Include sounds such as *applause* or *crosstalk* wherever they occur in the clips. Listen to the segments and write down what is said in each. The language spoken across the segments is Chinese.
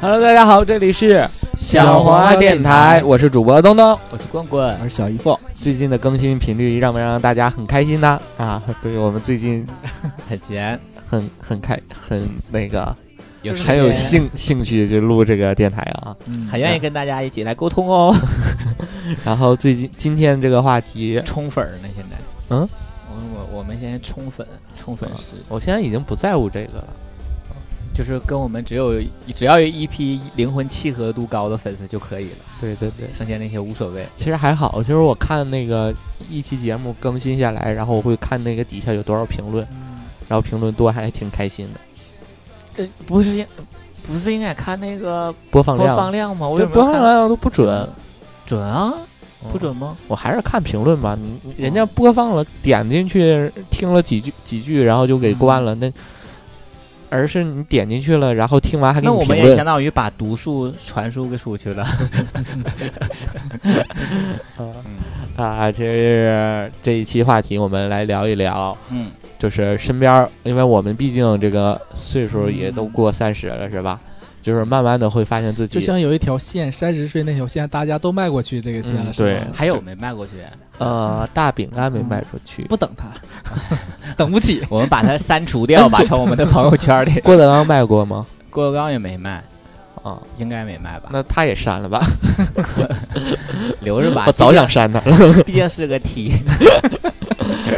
Hello，大家好，这里是小黄花花电电台，台哎我是主播东东。我是关关，而小姨凤，最近的更新频率让不让大家很开心呢？啊，对我们最近太监，很很开很那个，有很有时间嗯兴兴趣就录这个电台啊。很愿意跟大家一起来沟通哦。然后最近今天这个话题，冲粉儿呢，现在，嗯，我我我们现在冲粉，冲粉丝，我现在已经不在乎这个了。就是跟我们只有只要有一批灵魂契合度高的粉丝就可以了，对对对，剩下那些无所谓。其实还好，就是我看那个一期节目更新下来，然后我会看那个底下有多少评论，嗯然后评论多还挺开心的，这不是应不是应该看那个播放播量放量吗？我对有没有播放看嗯量都不准，准啊？嗯不准吗？我还是看评论吧，你嗯你人家播放了，点进去听了几句几句，然后就给关嗯了，那而是你点进去了，然后听完还给那你我评们也相论，当于把毒素传输给出去了。嗯嗯啊，其实这一期话题我们来聊一聊，嗯，就是身边儿，因为我们毕竟这个岁数也都过三十了，是吧？嗯就是慢慢的会发现自己，就像有一条线，三十岁那条线，大家都迈过去这个线了，嗯是吧对 *laughs* 还有没卖过去？ *laughs* 呃，大饼干没嗯卖出去。不等他，等 *laughs* 不起。我们把它删除掉吧，从我们的朋友圈里。郭德纲卖过吗？ *laughs* 郭德纲也没卖，啊，应该没卖吧？那他也删了吧？留着 *laughs* 吧。我早想删他了毕竟是个 *laughs* 题，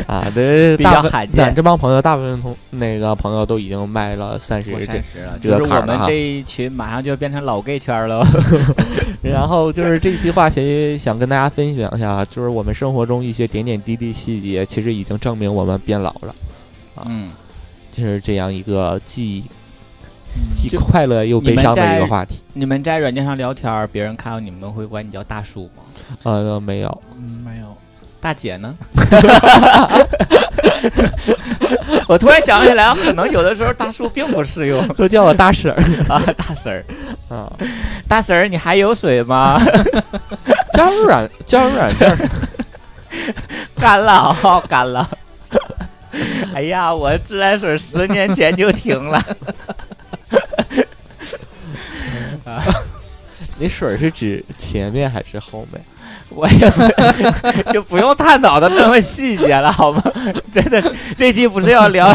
啊！这比大较部分罕咱见。这帮朋友，大部分同那个朋友都已经卖了三十过这三，十了，这个就是坎儿我啊了们哈这一群马上就要变成老 gay 圈了。然后就是这一期话题想跟大家分享一下，啊就是我们生活中一些点点滴滴细节，其实已经证明我们变老了，啊嗯，就是这样一个既既就快乐又悲伤的一个话题。 *laughs* 你们在软件上聊天儿，别人看到你们会管你叫大叔吗？呃，没有，嗯，没有，大姐呢？我突然想起来，可能有的时候大叔并不适用 *laughs* 都叫我大婶儿啊，大婶儿， *laughs* *laughs* 啊。大婶儿，你还有水吗？ *laughs* 加入软加入软件 *laughs* 儿，干了， *laughs* 哦，干了。哎呀，我自来水十年前就停了。 *laughs* 你水是指前面还是后面？我也就不 *laughs* 用探讨的那么细节了，好吗？ *laughs* 真的，这期不是要聊，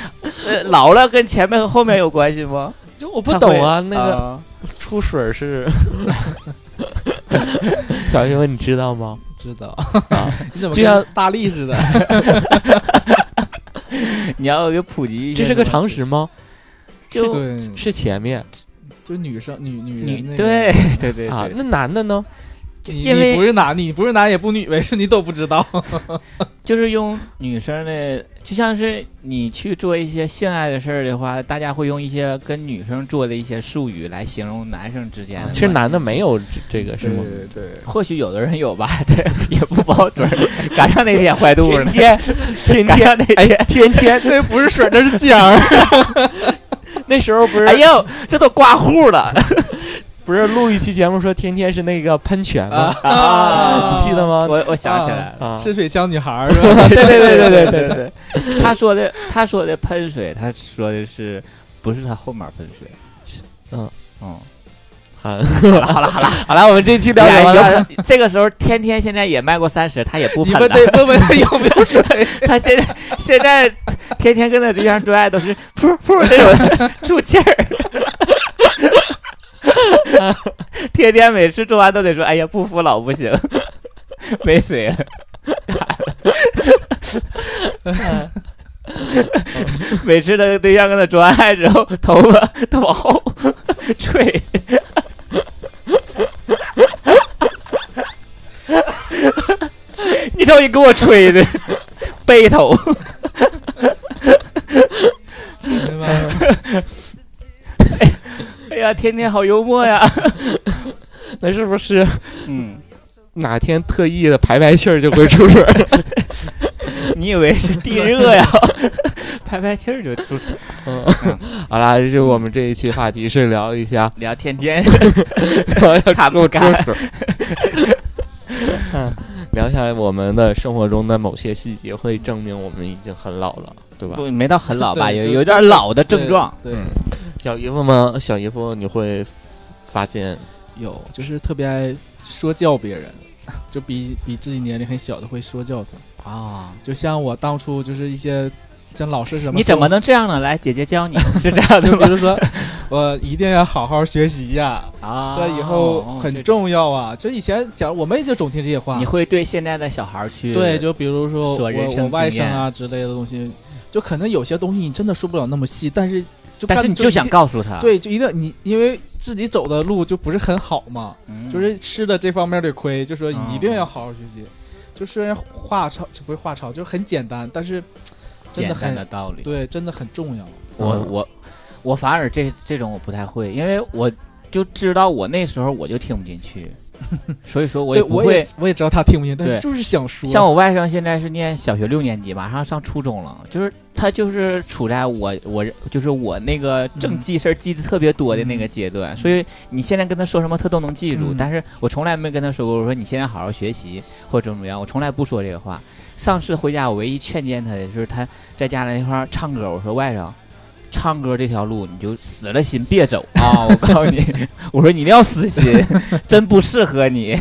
*laughs* 呃，老了跟前面和后面有关系吗？就我不懂啊，他会那个啊出水是。 *laughs* 小新问你知道吗？知道。啊， *laughs* 你怎么就像跟大力似的？你要给普及一下，这是个常，识吗？就对，是前面就女生女女你人那个对对 *laughs* 对啊，对那男的呢？就 *laughs* 你因你不为是男，你不是男也不女呗，是你都不知道。就是用女生的，就像是你去做一些性爱的事儿的话，大家会用一些跟女生做的一些术语来形容男生之间的关其系。实男的没有这个是吗？ *laughs* 对对，或许有的人有吧，但啊是也不保准儿。赶上那天坏肚子天呢，天天赶天上那哎 *laughs* 天，，天 *laughs* 天 *laughs* 那不是水，那是浆儿。那时候不哎是呦，这都挂户了不是录一期节目说天天是那个喷泉吗？啊！你记得吗？我我想起来了，啊，吃水枪女孩儿是吧？对对对对对对对对，他说的他说的喷水，他说的是不是他后面喷水？嗯嗯，啊， *laughs* 好了好了，好了，我们这期聊哎什么呀 *laughs* 了？有这个时候天天现在也迈过三十，他也不你喷们了。 *laughs* 得问问他有没有水。他现在现在天天跟他对象做爱都是噗噗那种出气儿，天天每次做完都得说：“哎呀，不服老不行，没水了。”每次他对象跟他做完爱之后，头发都往后吹。 *laughs* 你瞅你给我吹的背头。明白了哎呀，天天好幽默 *laughs* 呀！那是不是嗯，哪天特意的排排气儿就会出水儿？ *laughs* 你以为是地热 *laughs* 呀？排排气儿就出 *laughs* 去嗯，好啦，这就我们这一期话题是聊一下聊天 *laughs* 天聊一下卡不喝干，水。 *laughs* 嗯聊一下我们的生活中的某些细节，会证明我们已经很老了，对吧？不没到很老吧，对哦有就有点老的症状。对，小姨夫吗？小姨夫，你会发现有，就是特别爱说教别人，就比比自己年龄很小的会说教他。啊。就像我当初就是一些像老师什么，你怎么能这样呢？来，姐姐教你，是这样的就比吗？如说，我一定要好好学习呀、啊哦这以后这很重要哦啊。就以前讲，我们也就总听这些话你。会对现在的小孩儿去对，就比如说说我人生我外经甥验啊之类的东西，就可能有些东西你真的说不了那么细，但是就但是干你就一想定告诉他，，对，就一定你因为自己走的路就不是很好嘛，嗯、就是吃了这方面的亏，就说嗯一定要好好学习。就虽然话糙，不是话糙，就很简单，但是真简的单很的道理。对，真的很重要。我嗯我我反而这这种我不太会，因为我就知道我那时候我就听不进去，所以说我对，不我会也。我也知道他听不进，但对是就是想说。像我外甥现在是念小学六年级，马上上初中了，就是他就是处在我我就是我那个正嗯记事儿记得特别多的那个阶段，所以你现在跟他说什么他都能记住，嗯但是我从来没跟他说过我说你现在好好学习或者怎么样，我从来不说这个话。上次回家我唯一劝谏他的就是他在家里那块儿唱歌，我说外甥。唱歌这条路，你就死了心别走啊！我告诉你， *laughs* 我说你一定要死心，真不适合你。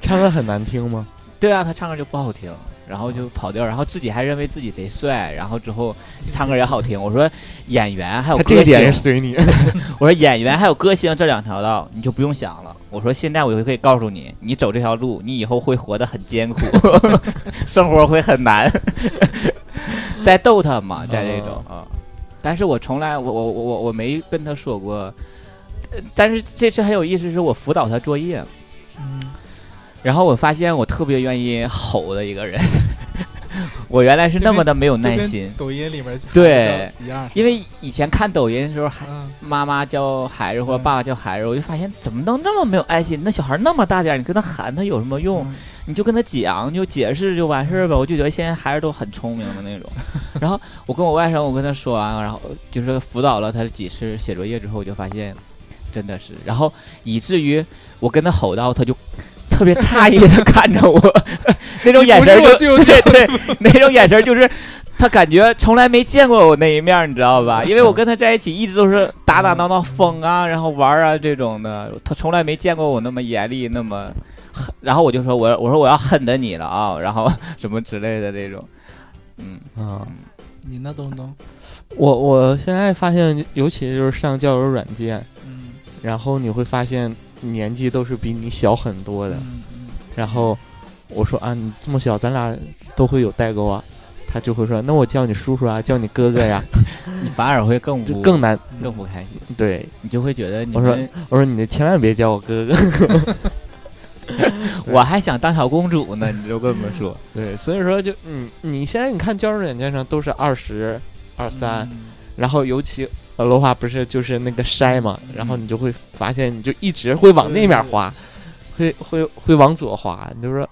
唱歌很难听吗？对啊，他唱歌就不好听，然后嗯就跑调，然后自己还认为自己贼帅，然后之后唱歌也好听。我说演员还有他歌这星，点是随 *laughs* 你，我说演员还有歌星这两条道你就不用想了。我说现在我就可以告诉你，你走这条路，你以后会活得很 *laughs* 艰苦，生活会很难。在逗他嘛，在这种嗯啊，但是我从来我我我我我没跟他说过。呃但是这次很有意思，是我辅导他作业，嗯，然后我发现我特别愿意吼的一个人， *laughs* 我原来是那么的没有耐心，抖音里面对一样，因为以前看抖音的时候，还嗯，妈妈教孩子或者嗯爸爸教孩子，哎我就发现怎么能那么没有爱心？那小孩那么大点儿，你跟他喊他有什么用？你就跟他讲，就解释就完事儿呗。我就觉得现在孩子都很聪明的那种。然后我跟我外甥，我跟他说完，然后就是辅导了他几次写作业之后，我就发现真的是，然后以至于我跟他吼到，他就特别诧异的看着我， *laughs* 那种眼神儿不是就我就有对对，那种眼神儿就是。他感觉从来没见过我那一面儿，你知道 *laughs* 吧？因为我跟他在一起一直都是打打闹闹、疯啊，然后玩儿啊这种的，他从来没见过我那么严厉、那么狠。然后我就说我我说我要恨得你了啊，然后什么之类的这种，嗯，啊，你那东东，我我现在发现，尤其就是上交友软件，嗯，然后你会发现年纪都是比你小很多的。嗯嗯然后我说啊，你这么小，咱俩都会有代沟啊。他就会说，那我叫你叔叔啊，叫你哥哥 *laughs* 呀、你反而会更就不更难。更不开心，对，你就会觉得你我说们我说你千万别叫我哥哥。我还想当小公主呢，你就跟我们说， *laughs* 对，所以说就嗯，你现在你看交友软件上都是二十二三，，嗯然后尤其俄罗话不是就是那个筛嘛，嗯然后你就会发现你就一直会往那面滑，会会会往左滑，你就说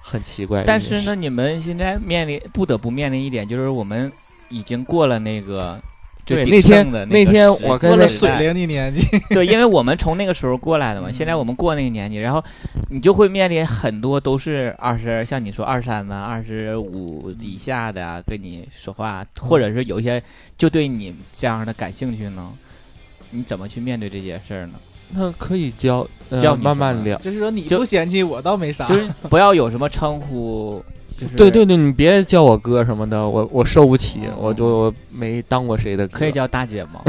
很奇怪。但是，呢，你们现在面临不得不面临一点，就是我们已经过了那个。就对鼎那天盛的那个天时我跟过过那了了水水灵的年纪， *laughs* 对，因为我们从那个时候过来的嘛，嗯现在我们过那个年纪，然后你就会面临很多都是二十，像你说二三呢，二十五以下的、啊、跟你说话，或者是有一些就对你这样的感兴趣呢，你怎么去面对这件事儿呢？那可以教、呃、教你慢什么慢聊。就是说你就不嫌弃我倒没啥，就是不要有什么称呼，就是啊对对，对，你别叫我哥什么的，我我受不起，哦我就我没当过谁的哥，可以叫大姐吗？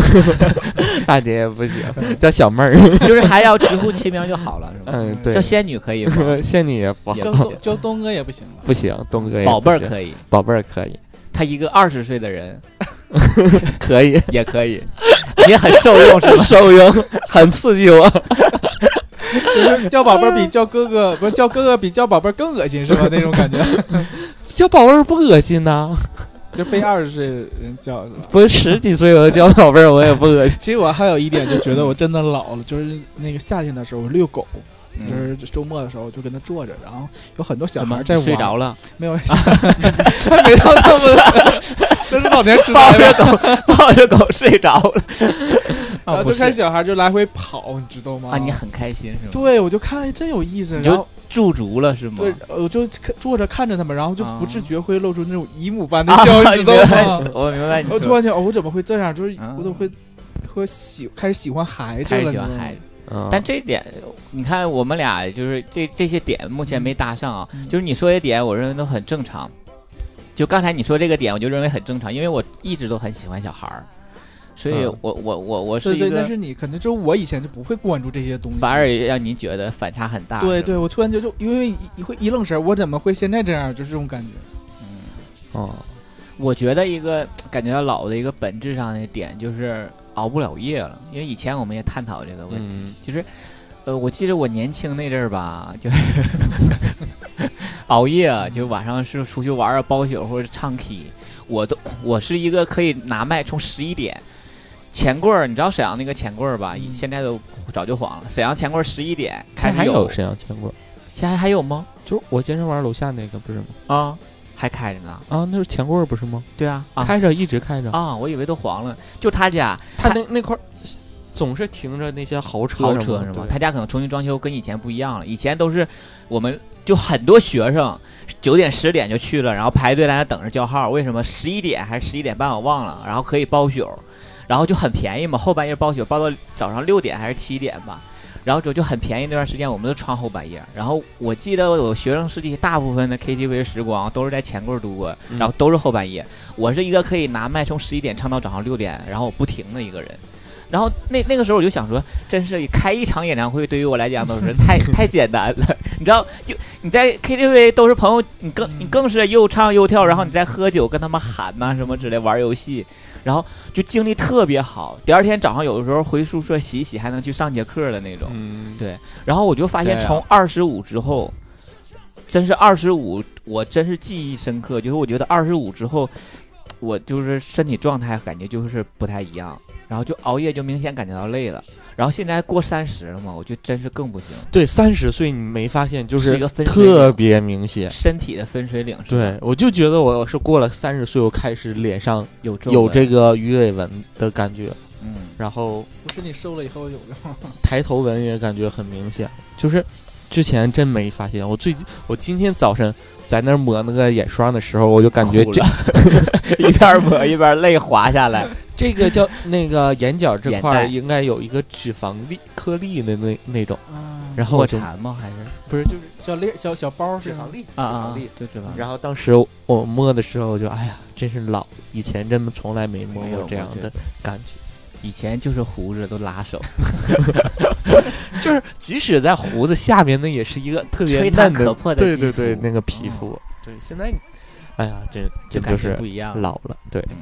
*laughs* 大姐也不行，叫小妹儿，就是还要直呼其名就好了，是吗？嗯，对叫，仙女可以 *laughs* 吗？仙女也不好也叫不行东叫东哥也不行了，不行，东哥也宝贝儿不行可以，宝贝儿可以，他一个二十岁的人可以也 *laughs* 可以，也很 *laughs* 受用，是吗？受用，很刺激我。就是叫宝贝儿比叫哥哥不是叫哥哥比叫宝贝儿更恶心是吧？那种感觉， *laughs* 叫宝贝儿不恶心呐、 *laughs* 就被二十岁人叫是吧？不是十几岁我叫宝贝儿我也不恶心。其实我还有一点就觉得我真的老了，就是那个夏天的时候我遛狗，嗯就是周末的时候我就跟他坐着，然后有很多小怎孩么儿在玩，睡着了？*laughs* 没有，还没到他们， *laughs* 这是老年痴抱 *laughs* 呆着吧？狗， *laughs* 抱着狗睡着了。然后就看小孩就来回跑，你知道吗？啊，你很开心是吗？，哦对我就看哎真有意思，你然后就驻足了是吗？对，我就看坐着看着他们，然后就啊不自觉会露出那种姨母般的啊，笑，你你知明道白吗？我明白你我突说。然间，哦，我怎么会这样？就是啊我怎么会会喜开始喜欢孩子开了，始喜你知道欢吗孩子。嗯但这点，你看我们俩就是这这些点目前没搭上啊，嗯就是你说的点，我认为都很正常。就刚才你说这个点，我就认为很正常，因为我一直都很喜欢小孩儿，所以嗯我、我我我是对一对，个但是你可能就我以前就不会关注这些东西，反而让您觉得反差很大。对是吧对，，我突然就就因为一一会一愣神儿，我怎么会现在这样？就是这种感觉。哦，我觉得一个感觉到老的一个本质上的点就是熬不了夜了，因为以前我们也探讨这个问题，嗯就是呃，我记得我年轻那阵儿吧，就是 *laughs* 熬夜，啊就晚上是出去玩儿啊、包宿或者唱 K，我都我是一个可以拿麦从十一点。钱柜儿，你知道沈阳那个钱柜儿吧？嗯现在都早就黄了。沈阳钱柜儿十一点现在开还始有沈阳钱柜，现在还有吗？就是我健身房楼下那个不是吗？啊，还开着呢。啊，那是钱柜不是吗？对啊，啊开着一直开着，啊，我以为都黄了。就他家他那那块儿总是停着那些豪车豪什么车的是吗对？他家可能重新装修，跟以前不一样了。以前都是我们就很多学生九点十点就去了，然后排队在那等着叫号。为什么十一点还是十一点半我忘了？然后可以包宿，然后就很便宜嘛，后半夜包宿包到早上六点还是七点吧。然后之后就很便宜，那段时间我们都穿后半夜。然后我记得我学生时期大部分的 KTV 时光都是在钱柜度过，嗯然后都是后半夜。我是一个可以拿麦从十一点唱到早上六点，然后我不停的一个人。然后那那个时候我就想说，真是开一场演唱会对于我来讲都是太太简单了。你知道，就你在 KTV 都是朋友，你更你更是又唱又跳，然后你再喝酒跟他们喊呐、什么之类，玩游戏，然后就精力特别好。第二天早上有的时候回宿舍洗一洗，还能去上节课的那种。嗯对然后我就发现，谁啊从二十五之后，真是二十五，我真是记忆深刻。就是我觉得二十五之后，我就是身体状态感觉就是不太一样，然后就熬夜就明显感觉到累了。然后现在过三十了嘛，我就真是更不行，对，三十岁你没发现就是一是个分水岭特别明显。身体的分水岭是吧对，我就觉得我是过了三十岁，我开始脸上有皱有纹这个鱼尾纹的感觉，嗯然后不是你瘦了以后有的吗？抬头纹也感觉很明显，就是之前真没发现。我最近我今天早晨在那儿抹那个眼霜的时候，我就感觉哭这了 *laughs* 一边抹一边泪滑下来，这个 *laughs* 叫那个眼角这眼块袋儿应该有一个脂肪粒颗粒的那那种，嗯 *laughs* 然后卧我就蚕吗还是不是就是小粒儿小小包是吗粒啊啊对脂肪然后当时我摸的时候，我就哎呀，真是老，以前真从来没摸过这样的感觉。以前就是胡子都拉手，就是即使在胡子下面，那也是一个特别吹弹嫩的，可破的对肌对肤嗯对，那个皮肤。对，现在，哎呀，这这就感 *laughs* 就觉是不一样了。老了。对，嗯，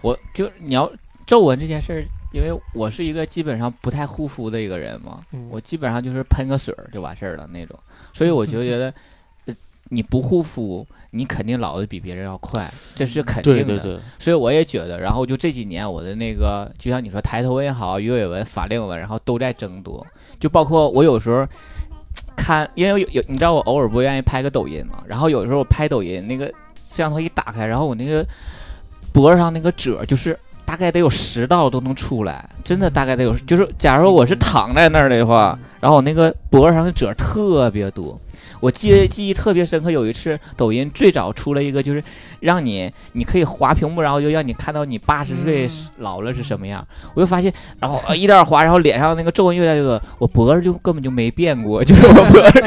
我就你要皱纹这件事儿，因为我是一个基本上不太护肤的一个人嘛，嗯我基本上就是喷个水儿就完事儿了那种，所以我就觉得，呃你不护肤，你肯定老的比别人要快，这是肯定对的。对对， *laughs* 所以我也觉得，然后就这几年我的那个，就像你说抬头纹也好，鱼尾纹、法令纹，然后都在增多。就包括我有时候看，因为有有你知道我偶尔不愿意拍个抖音嘛，然后有时候我拍抖音那个摄像头一打开，然后我那个脖上那个褶就是。大概得有十道都能出来，真的大概得有，就是假如说我是躺在那儿的话，然后我那个脖上的褶特别多，我记得记忆特别深刻。有一次抖音最早出了一个，就是让你你可以滑屏幕，然后就让你看到你八十岁嗯老了是什么样。我就发现，然后呃一点点滑，然后脸上那个皱纹越来越多，我脖子就根本就没变过，就是我脖子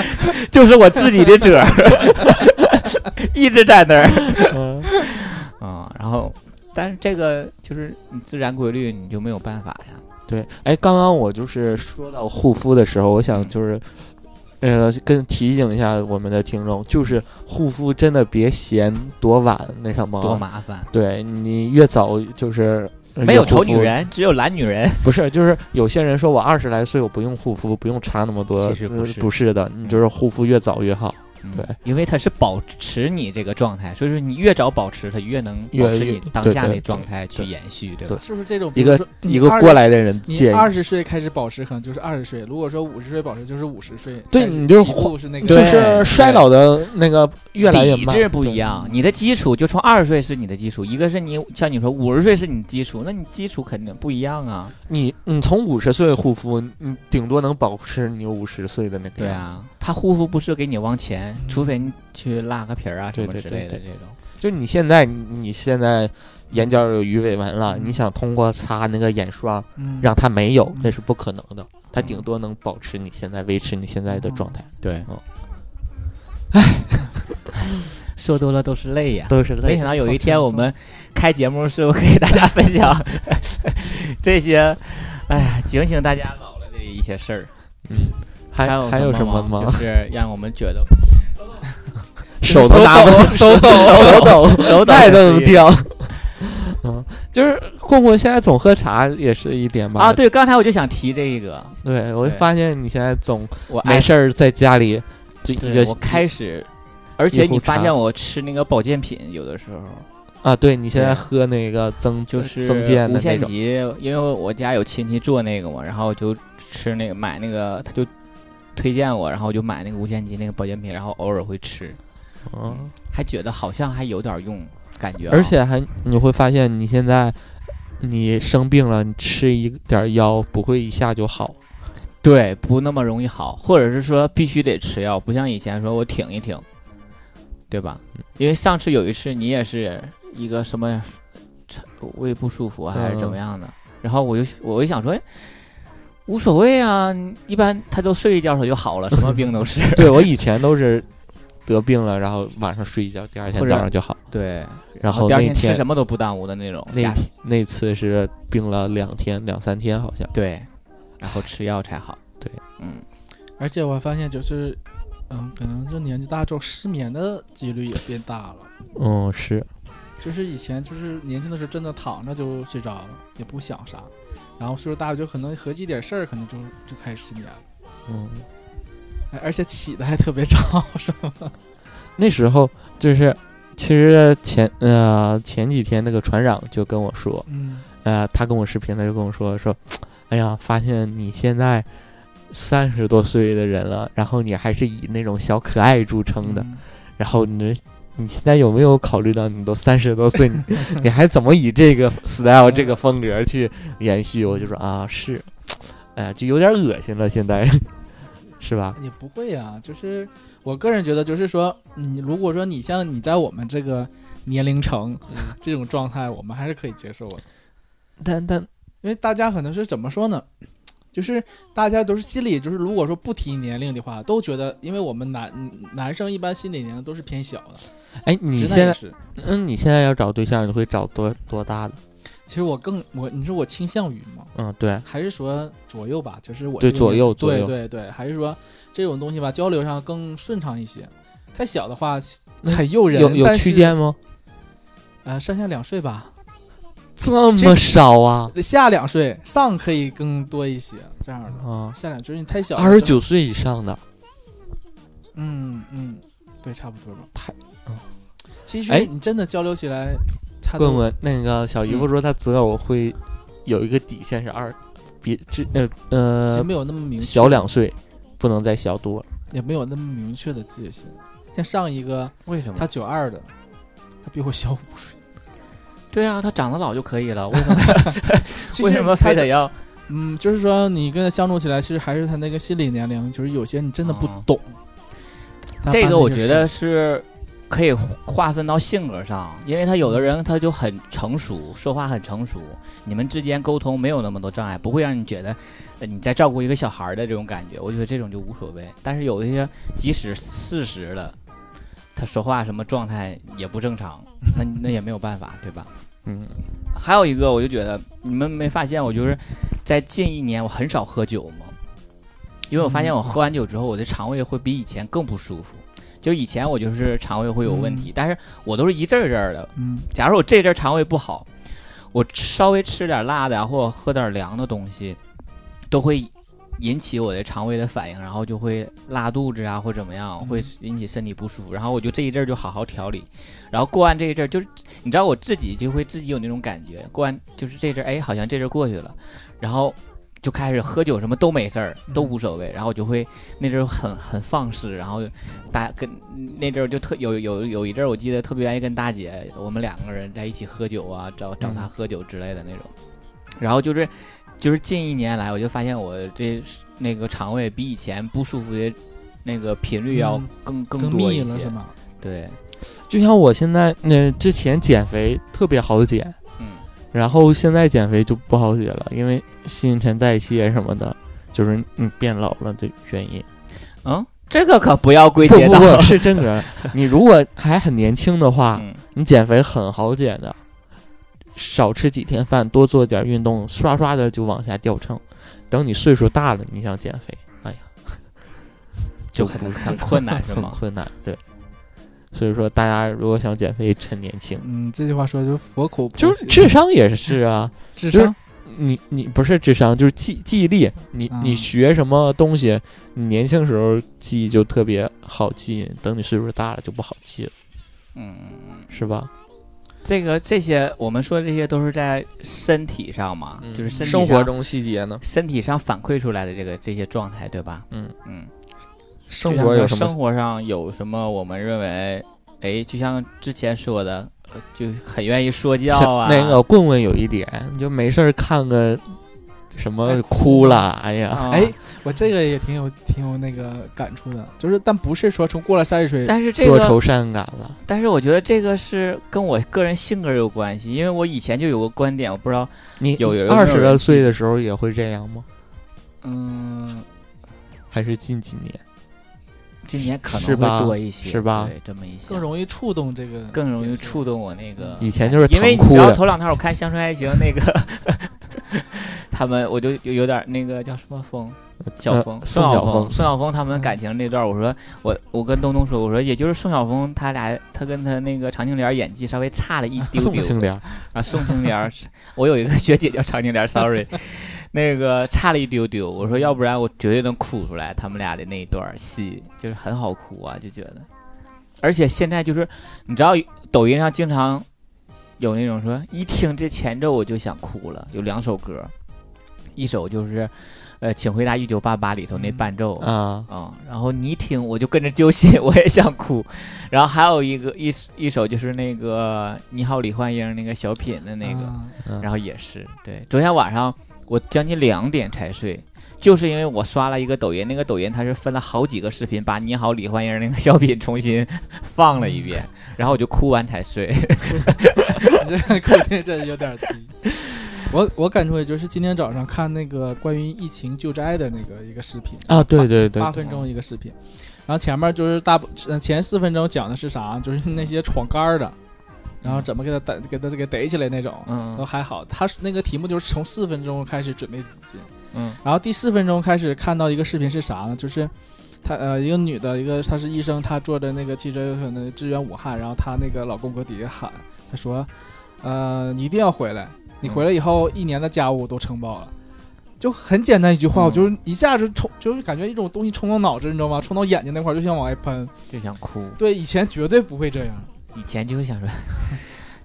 就是我自己的褶儿， *laughs* 一直在那儿嗯啊、然后，但是这个就是你自然规律，你就没有办法呀。对。哎，刚刚我就是说到护肤的时候，我想就是。呃，跟提醒一下我们的听众，就是护肤真的别嫌多晚那什么，多麻烦。对你越早就是呃没有越护丑肤女，人，只有懒女人。不是就是有些人说我二十来岁我不用护肤，不用擦那么多，其实不呃是不是的，你就是护肤越早越好，对嗯，因为它是保持你这个状态，所以说你越早保持，它越能越保持越你当对下对的状态去对延续，对对吧？是不是这种一个一个过来。来的人你建二议，十岁开始保持，可能就是二十岁；如果说五十岁保持，就是五十岁。对开始你就是起步是那个，就对是衰老的那个越来越慢，体质不一样，你的基础就从二十岁是你的基础，一个是你像你说五十岁是你基础，那你基础肯定不一样啊。对。你你从五十岁护肤，你顶多能保持你五十岁的那个对样子。啊，他护肤不是给你往前，除非你去拉个皮儿啊什对么对之对类的对这种。就你现在，你你现在眼角有鱼尾纹了，嗯你想通过擦那个眼霜嗯让它没有，嗯那是不可能的。它顶多能保持你现在维持你现在的状态，对，说多了都是泪呀。都是没想到有一天我们开节目是我给大家分享 *laughs* 这些，哎呀，警醒大家老了的一些事儿。嗯，还有还有什么么吗？就是让我们觉得 *laughs* 手都打不， *laughs* 手抖，手抖，手抖脉都能掉。嗯，就是混混现在总喝茶也是一点吧。啊，对，刚才我就想提这个，对，我就对发现你现在总我爱没事儿在家里就一对个我开始，而且一壶你发茶现我吃那个保健品，有的时候啊，对你现在对喝那个增就是增健无的那限种，极，因为我家有亲戚做那个嘛，然后我就吃那个买那个，他就推荐我，然后我就买那个无限极那个保健品，然后偶尔会吃，嗯，还觉得好像还有点用，感觉啊、而且还你会发现你现在你生病了，你吃一点儿药不会一下就 *laughs* 好。对不那么容易好，或者是说必须得吃药，不像以前说我挺一挺，对吧？因为上次有一次你也是一个什么胃不舒服啊还是怎么样的，然后我就我就想说。哎无所谓啊，一般他都睡一觉他就好了，什么病都 *laughs* 是。对我以前都是得病了，然后晚上睡一觉，第二天或者早上就好。对，然后第二那天吃天什么都不耽误的那种。那加天那次是病了两天两三天，好像对，然后吃药才好。对，嗯，而且我还发现就是，嗯，可能就年纪大之后失眠的几率也变大了。嗯是，就是以前就是年轻的时候真的躺着就睡着了，也不想啥，然后岁数大了就可能合计一点事儿，可能就就开始失眠了，嗯哎而且起的还特别早， *laughs* 是吧？那时候就是其实前呃前几天那个船长就跟我说，嗯，呃他跟我视频他就跟我说说，哎呀发现你现在三十多岁的人了，然后你还是以那种小可爱著称嗯的，然后你这你现在有没有考虑到你都三十多岁，你 *laughs* 你还怎么以这个嗯 style 这个风格去延续？我就说啊，是，哎呀，就有点恶心了，现在 *laughs* 是吧？也不会啊，就是我个人觉得，就是说，你如果说你像你在我们这个年龄层、这种状态，我们还是可以接受的，但但因为大家可能是怎么说呢？就是大家都是心里，就是如果说不提年龄的话，都觉得，因为我们男男生一般心理年龄都是偏小的，哎，你直男现也在是。嗯，你现在要找对象，你会找多多大的？其实我更我，你说我倾向于吗？嗯，对，还是说左右吧，就是我对这个左右左对右对对，还是说这种东西吧，交流上更顺畅一些。太小的话那很诱嗯人，有有但是区间吗？呃，上下两岁吧，这其么少啊？下两岁上可以更多一些，这样的啊，下两就是你太小了，二十九岁以上的，嗯嗯，对，差不多吧。太嗯其哎实你真的交流起来，差棍多嗯棍那个小姨夫说他择偶会有一个底线是二，比这呃其实呃没有那么明确，小两岁，不能再小多了。也没有那么明确的界限。像上一个为什么？他九二的，他比我小五岁，对啊，他长得老就可以了，为什么其为实什么他非这得要？嗯，就是说你跟他相处起来，其实还是他那个心理年龄，就是有些你真的不懂。他啊这般个的我就觉是得是可以划分到性格上，因为他有的人他就很成熟，说话很成熟，你们之间沟通没有那么多障碍，不会让你觉得呃你在照顾一个小孩儿的这种感觉。我觉得这种就无所谓。但是有一些即使四十了，他说话什么状态也不正常，那那也没有办法，对吧？嗯，还有一个，我就觉得你们没发现，我就是在近一年我很少喝酒吗？因为我发现我喝完酒之后，我的肠胃会比以前更不舒服。就以前我就是肠胃会有问题，但是我都是一阵儿一阵儿的。嗯，假如我这阵儿肠胃不好，我稍微吃点辣的呀，或者喝点凉的东西，都会引起我的肠胃的反应，然后就会拉肚子啊，或怎么样，会引起身体不舒服。然后我就这一阵儿就好好调理，然后过完这一阵儿，就是你知道我自己就会自己有那种感觉，过完就是这阵儿，哎，好像这阵儿过去了，然后就开始喝酒，什么都没事儿，都无所谓。然后我就会那阵儿很很放肆，然后大跟那阵儿就特有有有一阵儿，我记得特别愿意跟大姐，我们两个人在一起喝酒啊，找找她喝酒之类的那种。然后就是就是近一年来，我就发现我这那个肠胃比以前不舒服的那个频率要嗯更、更多密一了是些。吗？对，就像我现在，那、之前减肥特别好减，嗯然后现在减肥就不好减了，因为新陈代谢什么的，就是你变老了的原因。嗯，这个可不要归不结不到不啊是真的，你如果还很年轻的话，嗯你减肥很好减的，少吃几天饭，多做点运动，刷刷的就往下掉秤。等你岁数大了，你想减肥，哎呀，就不可很很 *laughs* 能困难是很吗？困难。对，所以说大家如果想减肥，趁年轻，嗯，这句话说的就是佛口不就是行智商也是啊，智就是商，你你不是智商，就是记记忆力。你啊你学什么东西，你年轻时候记忆就特别好记，等你岁数大了就不好记了，嗯，是吧？这个这些我们说这些都是在身体上嘛，就是身嗯体生活上中细节呢，身体上反馈出来的这个这些状态，对吧？嗯嗯，生就像活有说什么生活上有什么我们认为，哎，就像之前说的，呃就很愿意说教像啊，那个棍棍有一点，你就没事儿看个什么哎哭了，哎呀，啊哎，，我这个也挺有挺有那个感触的，就是但不是说从过了三十岁，但是这多个愁善感了。但是我觉得这个是跟我个人性格有关系，因为我以前就有个观点，我不知道，你有有有二十多岁的时候也会这样吗？嗯，还是近几年？今年可能是吧会多一些，是吧对，这么一些更容易触动这个，更容易触动我那个以前嗯就是因为疼你哭知道的，头两天我看《乡村爱情》那个， *laughs* 他们我就有有点那个叫什么风，小呃峰、宋晓晓峰、峰宋晓峰他们感情那段，我说我我跟东东说，我说也就是宋晓峰他俩他跟他那个常青莲演技稍微差了一丢宋丢庆龄，啊，宋青莲儿， *laughs* 我有一个学姐叫常青莲儿，sorry，那个差了一丢丢，我说要不然我绝对能哭出来，他们俩的那一段儿戏就是很好哭啊，就觉得，而且现在就是你知道抖音上经常有那种说一听这前奏我就想哭了，有两首歌，一首就是呃，请回答一九八八里头那伴奏，啊，啊、然后你一听我就跟着揪心， *laughs* 我也想哭。然后还有一个一一首就是那个《你好，李焕英》那个小品的那个，啊 *laughs* 嗯然后也是对。昨天晚上我将近两点才睡，就是因为我刷了一个抖音，那个抖音它是分了好几个视频，把《你好，李焕英》那个小品重 *laughs* 新放了一遍，然后我就哭完才睡。你这个肯定这有点低。我我感触也就是今天早上看那个关于疫情救灾的那个一个视频，啊，对对对八，分钟一个视频，然后前面就是大部呃前四分钟讲的是啥，就是那些闯杆儿的，然后怎么给他逮给他给逮起来那种，都嗯还好。他那个题目就是从四分钟开始准备资金，嗯然后第四分钟开始看到一个视频是啥呢？就是她呃一个女的，一个她是医生，她坐着那个汽车可能支援武汉，然后她那个老公搁底下喊，她说：“呃，你一定要回来，你回来以后一年的家务都承包了。”就很简单一句话，嗯我就是一下就冲，就是感觉一种东西冲到脑子，你知道吗？冲到眼睛那块儿就想往外喷。就想哭。对，以前绝对不会这样，以前就会想说，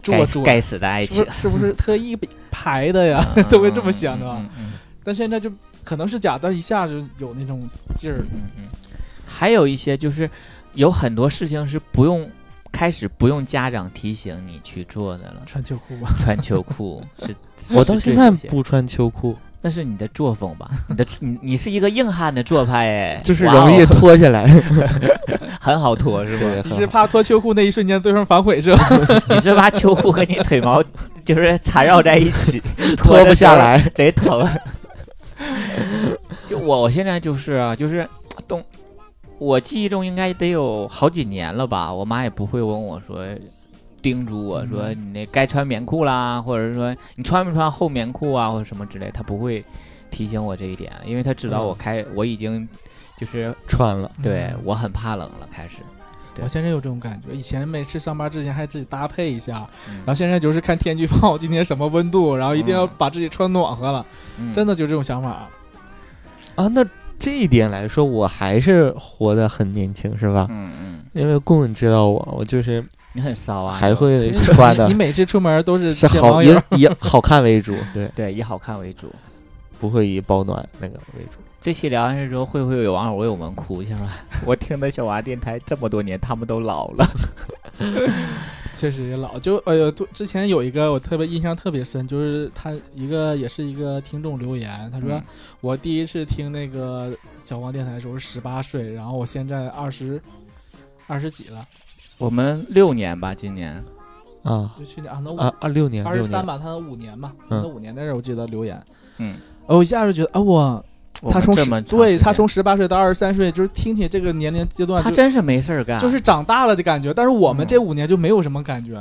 做作，该该死的爱啊是情不，是是不是特意排的呀？嗯 *laughs* 都会这么想啊是吧？嗯嗯嗯嗯但现在就可能是假，但一下就有那种劲儿。，嗯嗯，还有一些就是有很多事情是不用开始不用家长提醒你去做的 *laughs* 了穿秋 *laughs* 裤吧。穿秋裤是，我到是最现在休闲不穿秋裤，那是你的作风吧？你的你你是一个硬汉的做派哎，就是哇哦容易脱下来， *laughs* 很好脱是对吧？很你是 *laughs* 怕脱秋裤那一瞬间对方反悔 *laughs* 是吧？ *laughs* 你是把秋裤和你腿毛就是缠绕在一起， *laughs* 脱不下来，贼疼。 *laughs* 就我现在就是啊，就是东，我记忆中应该得有好几年了吧。我妈也不会问我说，叮嘱我说你那该穿棉裤啦，或者是说你穿没穿厚棉裤啊，或者什么之类，她不会提醒我这一点，因为她知道我开我已经就是穿了。嗯对我很怕冷了，开始。对我现在有这种感觉，以前每次上班之前还自己搭配一下，然后嗯现在就是看天气预报今天什么温度，然后一定嗯要把自己穿暖和了，嗯真的就这种想法。啊，那这一点来说，我还是活得很年轻，是吧？嗯嗯，因为棍棍知道我，我就是你很骚啊，还你会因为穿的你每次出门都是是见好网以友以好看为主，对，对以好看为主。不会以保暖那个为主。这期聊完事之后，会不会有网友为我们哭？想说，我听的小娃电台这么多年，他们都老了。确实也老就哎呦，都之前有一个我特别印象特别深，就是他一个也是一个听众留言，他说、嗯我第一次听那个小黄电台的时候是十八岁，然后我现在二十二十几了。我们六年吧，今年啊就去年啊，那五啊啊六年二六十三年，吧，他五年嘛，嗯那五年那时候我记得留言，嗯，呃我一下就觉得啊，我他从这十么长时对间他从十八岁到二十三岁，就是听起这个年龄阶段他就，真是没事儿干，就是长大了的感觉。但是我们啊嗯这五年就没有什么感觉，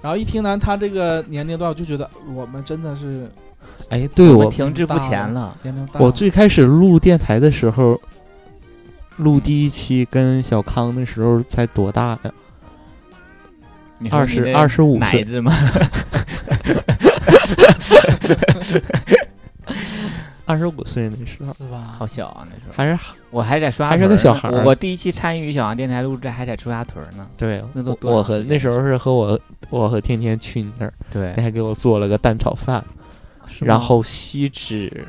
然后一听到他这个年龄段，我就觉得我们真的是哎，对我我停滞不前了。年龄大了。我最开始录电台的时候，录第一期跟小康的时候才多大呀？你说二你十那二十五奶岁，子吗？ *laughs* 二十五岁那时候是吧？好小啊，那时候还是我还在刷还牙是屯个儿小呢孩儿我第一期参与小杨电台录制还在出家屯儿呢。对，那都我多我长和时那间时候是和我我和天天去你那儿，对你，还给我做了个蛋炒饭，是然吗后锡纸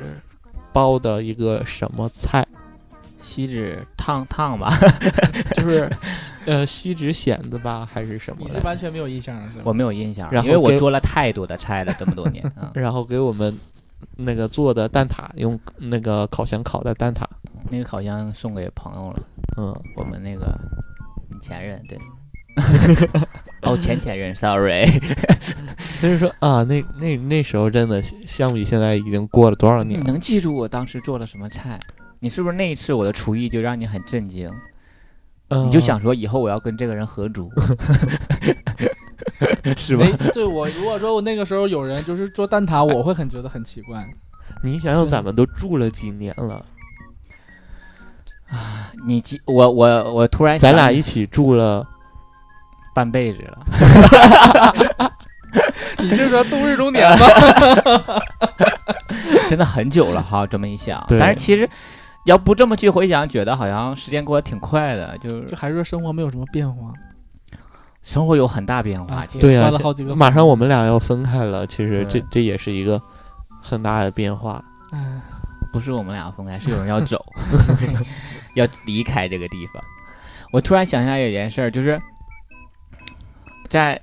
包的一个什么 *laughs* 菜，锡纸烫烫吧， *laughs* 就是呃锡纸蚬子吧还是什么你是来着，完全没有印象啊是吧？我没有印象，然因为后我给。做了太多的菜了，这么多年啊然后给我们那个做的蛋挞，用那个烤箱烤的蛋挞， *laughs* 那个烤箱送给朋友了，嗯，我们那个你前任 *laughs* 对。哦，前前任，sorry，所以说啊，那那那时候真的相比现在已经过了多少你年了？能记住我当时做了什么菜？你是不是那一次我的厨艺就让你很震惊？嗯你就想说以后我要跟这个人合租，是吧没？对我如果说我那个时候有人就是做蛋挞，我会很觉得很奇怪。 *laughs* 你想想，咱们都住了几年了？ *laughs* 你记我我我突然咱哎想俩起一起住了，半辈子了， *laughs* 你是说度日如年吗？真的很久了哈。这么一想，对但是其实要不这么去回想，觉得好像时间过得挺快的，就是 *laughs* 就还是说生活没有什么变化？生活有很大变化。啊其实对啊翻了好几个。马上我们俩要分开了。其实这对这也是一个很大的变化。哎，不是我们俩分开，是有人要走， *laughs* 要离开这个地方。我突然想起来有件事儿，就是在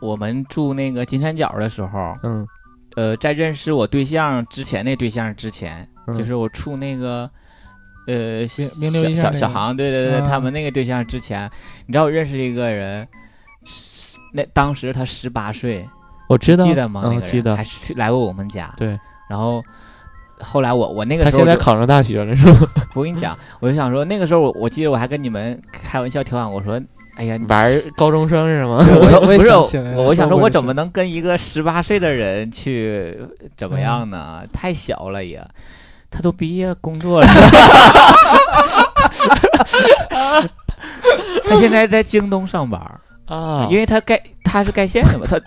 我们住那个金三角的时候，嗯，呃，在认识我对象之前，那对象之前，嗯就是我处那个，呃，名名留小印象小那个小航，对对啊对，嗯他们那个对象之前，你知道我认识一个人，那当时他十八岁，我知道，记得吗？那嗯，个人记得还。是去来过我们家，对，然后后来我我那个他时候现在就考上大学了，是吧？ *laughs* 我跟你讲，我就想说，那个时候我我记得我还跟你们开玩笑调侃，我说，哎呀，你玩高中生是吗？ *laughs* 我说我也不是想起来了我，我想说说，过我这怎事么能跟一个十八岁的人去怎么样呢？太小了也，嗯他都毕业工作了， *laughs* 他现在在京东上班儿，啊，因为他盖他是盖县的嘛，他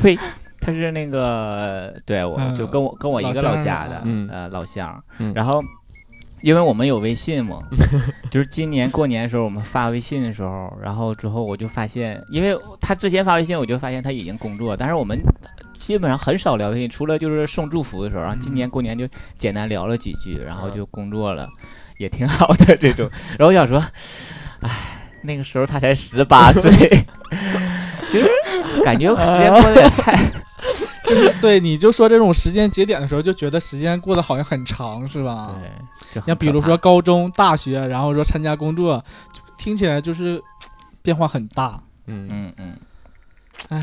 呸，他是那个对我嗯就跟我跟我一个老老乡家的嗯呃老乡嗯，然后。因为我们有微信嘛，就是今年过年的时候，我们发微信的时候，然后之后我就发现，因为他之前发微信，我就发现他已经工作，但是我们基本上很少聊天，除了就是送祝福的时候，然后今年嗯过年就简单聊了几句，然后就工作了，也挺好的这种。然后我想说，唉，那个时候他才十八岁， *laughs* 就是感觉时间过得也太……就是对，你就说这种时间节点的时候，就觉得时间过得好像很长，是 *laughs* 吧？对，就很像比如可怕说高中、大学，然后说参加工作，就听起来就是嘖变化很大。嗯，嗯嗯，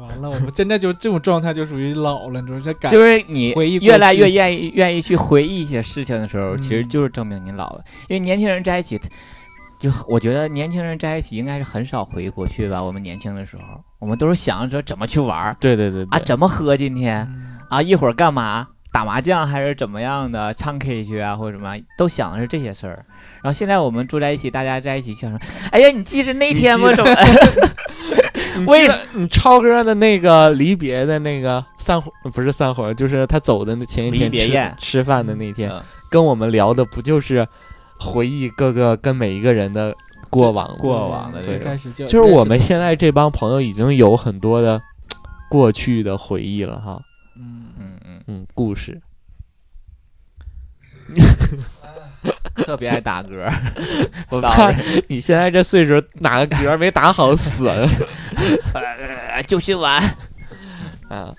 完了，我们现在就这种状态就属于老了，你说这感就是你回忆过去越来越愿意愿意去回忆一些事情的时候，嗯其实就是证明你老了。因为年轻人在一起，就我觉得年轻人在一起应该是很少回忆过去吧。我们年轻的时候，我们都是想着说怎么去玩儿对对对对啊，怎么喝今天。嗯啊，一会儿干嘛？打麻将还是怎么样的？唱 K 去啊，或者什么，都想的是这些事儿。然后现在我们住在一起，大家在一起想说，哎呀，你记着那天吗？你记怎么？你为记得你超哥的那个离别的那个散伙，不是散伙，就是他走的那前一离天别宴吃吃饭的那天嗯，跟我们聊的不就是回忆各个跟每一个人的过往吗？过往的对这最个开始就就是我们现在这帮朋友已经有很多的过去的回忆了哈，嗯，嗯嗯，嗯，故事。特别爱打 *laughs* 嗝。我 Sorry 看 *laughs* 你现在这岁数，哪个嗝没打好死了呃就训完。啊？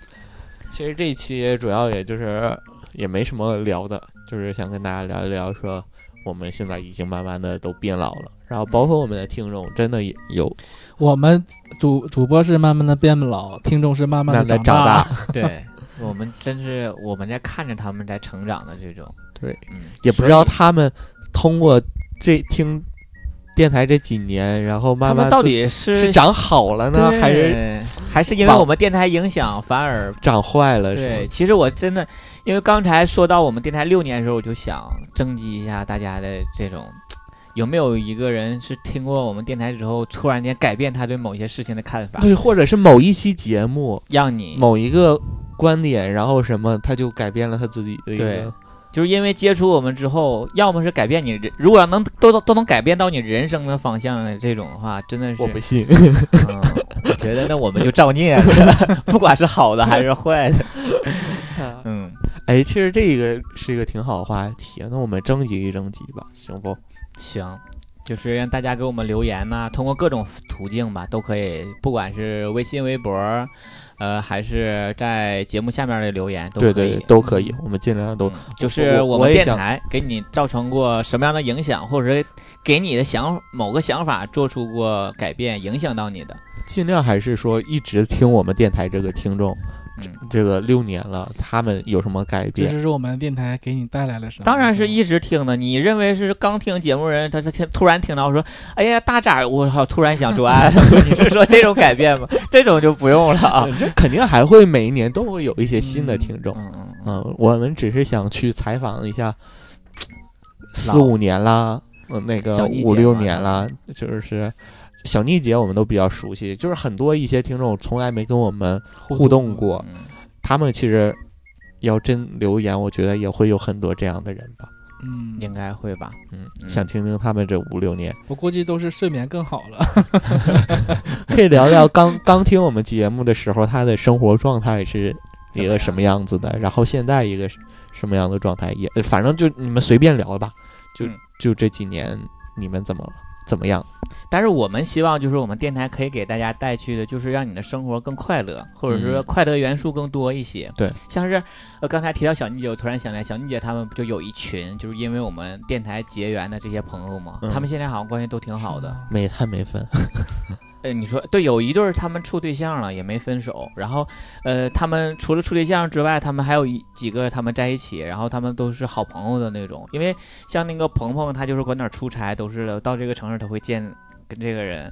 其实这一期主要也就是也没什么聊的，就是想跟大家聊一聊说我们现在已经慢慢的都变老了，然后包括我们的听众，真的也有我们主主播是慢慢的变老，听众是慢慢慢的慢长大。大，对我们真是我们在看着他们在成长的这种，对，嗯，也不知道他们通过这听电台这几年，然后他慢慢们到自底是是长好了呢，对还是还是因为往我们电台影响反而长坏了？对，是吗其实我真的，因为刚才说到我们电台六年的时候，我就想征集一下大家的这种，有没有一个人是听过我们电台之后，突然间改变他对某些事情的看法，对，或者是某一期节目、让你某一个观点，然后什么，他就改变了他自己的一对个。就是因为接触我们之后，要么是改变你人，如果能都都都能改变到你人生的方向的这种的话，真的是我不信，嗯，我觉得那我们就造 *laughs* 孽了，不管是好的还是坏的， *laughs* 嗯，哎，其实这个是一个挺好的话题，啊那我们征集一征集吧，行不？行。就是让大家给我们留言呐、通过各种途径吧，都可以，不管是微信、微博，呃，还是在节目下面的留言，都可对以。对，对都可以，我们尽量都嗯就是我我我们也电想台给你造成过什么样的影响，或者是给你的想某个想法做出过改变，影响到你的，尽量还是说一直听我们电台这个听众，嗯，这个六年了，他们有什么改这变？就是我们电台给你带来了什么？当然是一直听的。你认为是刚听节目人，他他听突然听到说，哎呀大崽儿，我操，突然想做爱了。你是说这种改变吗？这种就不用了啊。嗯这肯定还会每一年都会有一些新的听众。嗯嗯嗯，嗯，我们只是想去采访一下四老五年啦，呃那个小妮姐五六嘛年啦，就是小妮姐我们都比较熟悉，就是很多一些听众从来没跟我们互动过，嗯他们其实要真留言，我觉得也会有很多这样的人吧。嗯，应该会吧。嗯，嗯想听听他们这五六年，我估计都是睡眠更好了。可以聊聊刚 *laughs* 刚听我们节目的时候，他的生活状态是一个什么样子的，然后现在一个是什么样的状态，也呃反正就你们随便聊吧，就、嗯就这几年你们怎么了怎么样？但是我们希望就是我们电台可以给大家带去的，就是让你的生活更快乐，或者说嗯快乐元素更多一些。对，像是呃刚才提到小妮姐，我突然想起来，小妮姐她们不就有一群，就是因为我们电台结缘的这些朋友嘛，嗯他们现在好像关系都挺好的。没还没 *laughs* 分，呃，你说对，有一对儿他们处对象了，也没分手。然后，呃，他们除了处对象之外，他们还有一几个他们在一起，然后他们都是好朋友的那种。因为像那个鹏鹏，他就是管哪儿出差，都是到这个城市他会见跟这个人，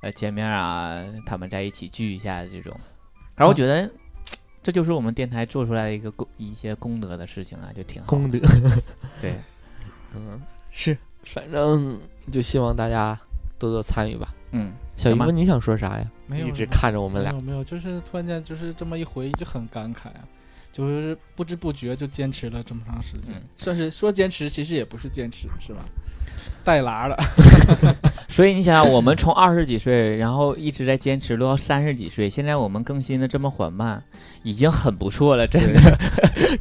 呃，见面啊，他们在一起聚一下这种。然后我觉得、这就是我们电台做出来的一个功一些功德的事情啊，就挺好。功德对，嗯是，反正就希望大家多多参与吧。嗯，小行姨吧夫，你想说啥呀？没有一直看着我们俩没，有没有，就是突然间就是这么一回忆就很感慨啊，就是不知不觉就坚持了这么长时间，嗯算是说坚持，其实也不是坚持，是吧？带 *laughs* 拉了，所以你想想，我们从二十几岁，然后一直在坚持，录到三十几岁，现在我们更新的这么缓慢，已经很不错了，真的。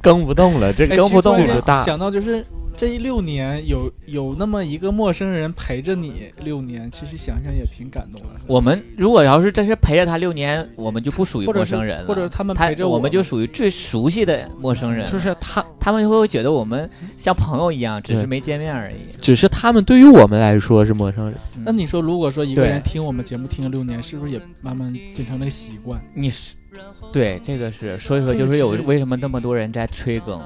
更不动了，这哎更不动其实了，大想到就是这一六年有有那么一个陌生人陪着你六年，其实想想也挺感动的。我们如果要是真是陪着他六年，我们就不属于或者陌是生人了，或者他们他陪着我我们就属于最熟悉的陌生人了，就是他他们会觉得我们像朋友一样，只是对没见面而已。只是他们对于我们来说是陌生人，嗯那你说，如果说一个人对听我们节目听了六年，是不是也慢慢变成了个习 *laughs* 惯？你是对这个是，所以说就是有这个其实为什么那么多人在催更，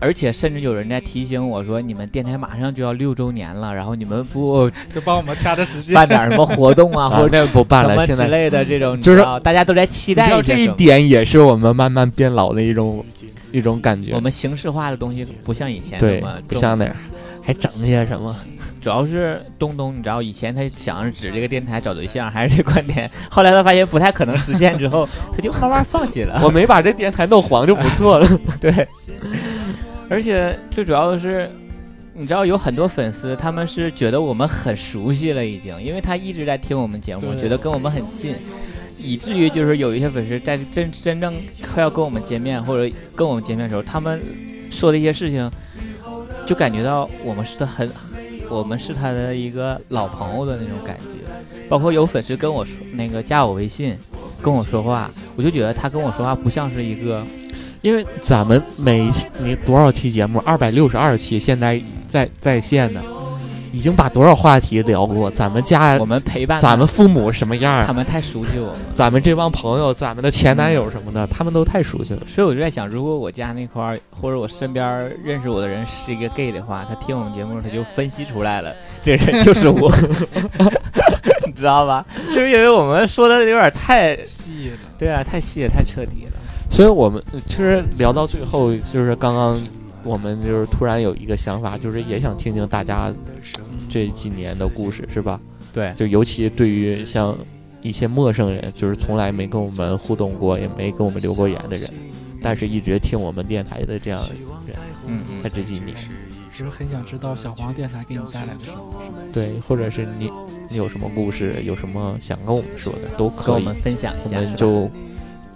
而且甚至有人在提醒我说，你们电台马上就要六周年了，然后你们不就帮我们掐着时间。办点什么活动 *laughs* 啊，或者者不办什了，么现之在类的这种，你就是知道大家都在期你知待道一些这一什么。点也是我们慢慢变老的一种一种感觉。我们形式化的东西不像以前对那么，不重像那样，还整些什么？主要是东东，你知道以前他想着指这个电台找对象，还是这观点，后来他发现不太可能实现，之后他就慢慢放弃 *laughs* 了。我没把这电台弄黄就不错 *laughs* 了。对，而且最主要的是，你知道有很多粉丝他们是觉得我们很熟悉了，已经，因为他一直在听我们节目，对觉得跟我们很近，以至于就是有一些粉丝在真真正快要跟我们见面或者跟我们见面的时候，他们说的一些事情，就感觉到我们是他很，我们是他的一个老朋友的那种感觉。包括有粉丝跟我说那个加我微信，跟我说话，我就觉得他跟我说话不像是一个因为咱们每你多少期节目，二百六十二期，现在在在线呢，已经把多少话题聊过？咱们家我们陪伴他咱们父母什么样儿？他们太熟悉我们了，咱们这帮朋友，咱们的前男友什么的，他们都太熟悉了。所以我就在想，如果我家那块儿或者我身边儿认识我的人是一个 gay 的话，他听我们节目他就分析出来了，这人就是我， *laughs* 你知道吧？就是因为我们说的有点太，细了。对啊，太细了，太彻底了。所以我们其实聊到最后，就是刚刚我们就是突然有一个想法，就是也想听听大家嗯这几年的故事，是吧？对，就尤其对于像一些陌生人，就是从来没跟我们互动过，也没跟我们留过言的人，但是一直听我们电台的这样人，嗯嗯在。这几年，是不是很想知道小黄电台给你带来的什么？对，或者是你你有什么故事，有什么想跟我们说的，都跟可我以们，分享一我下，们就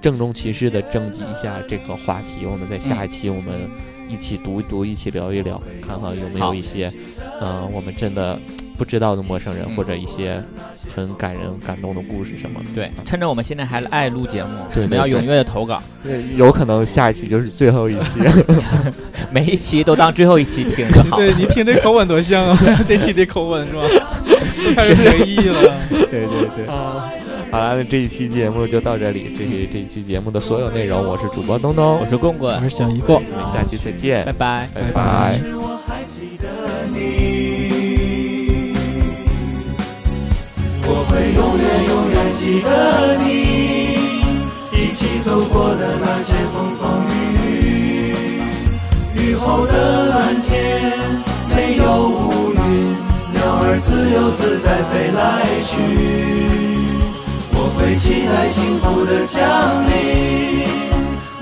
郑重其事的征集一下这个话题，我们在下一期我们一起读一读，一起聊一聊，看看有没有好一些，嗯、我们真的不知道的陌生人，嗯或者一些很感人、感动的故事什么的。对，趁着我们现在还爱录节目，对对我们要对踊跃的投稿，有可能下一期就是最后一 *laughs* 期，每一期都当最后一期听就 *laughs* 好。对你听这口吻多像啊！这期的口吻是吧？开始回忆了。对对对。 *laughs* 好了，那这一期节目就到这里。这是这一期节目的所有内容，我是主播东东，我是棍我棍，是小姨夫。我们下期再见拜，拜。拜拜是我还记得你，我会永远永远记得你，一起走过的那些风风雨雨，雨后的蓝天没有乌云，鸟儿自由自在飞来去，我会期待幸福的降临，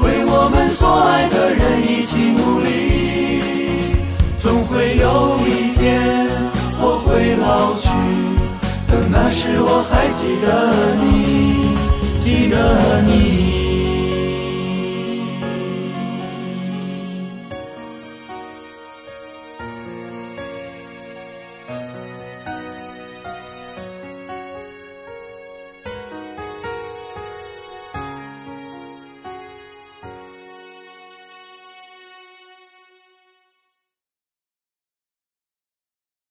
为我们所爱的人一起努力。总会有一天我会老去，但那时我还记得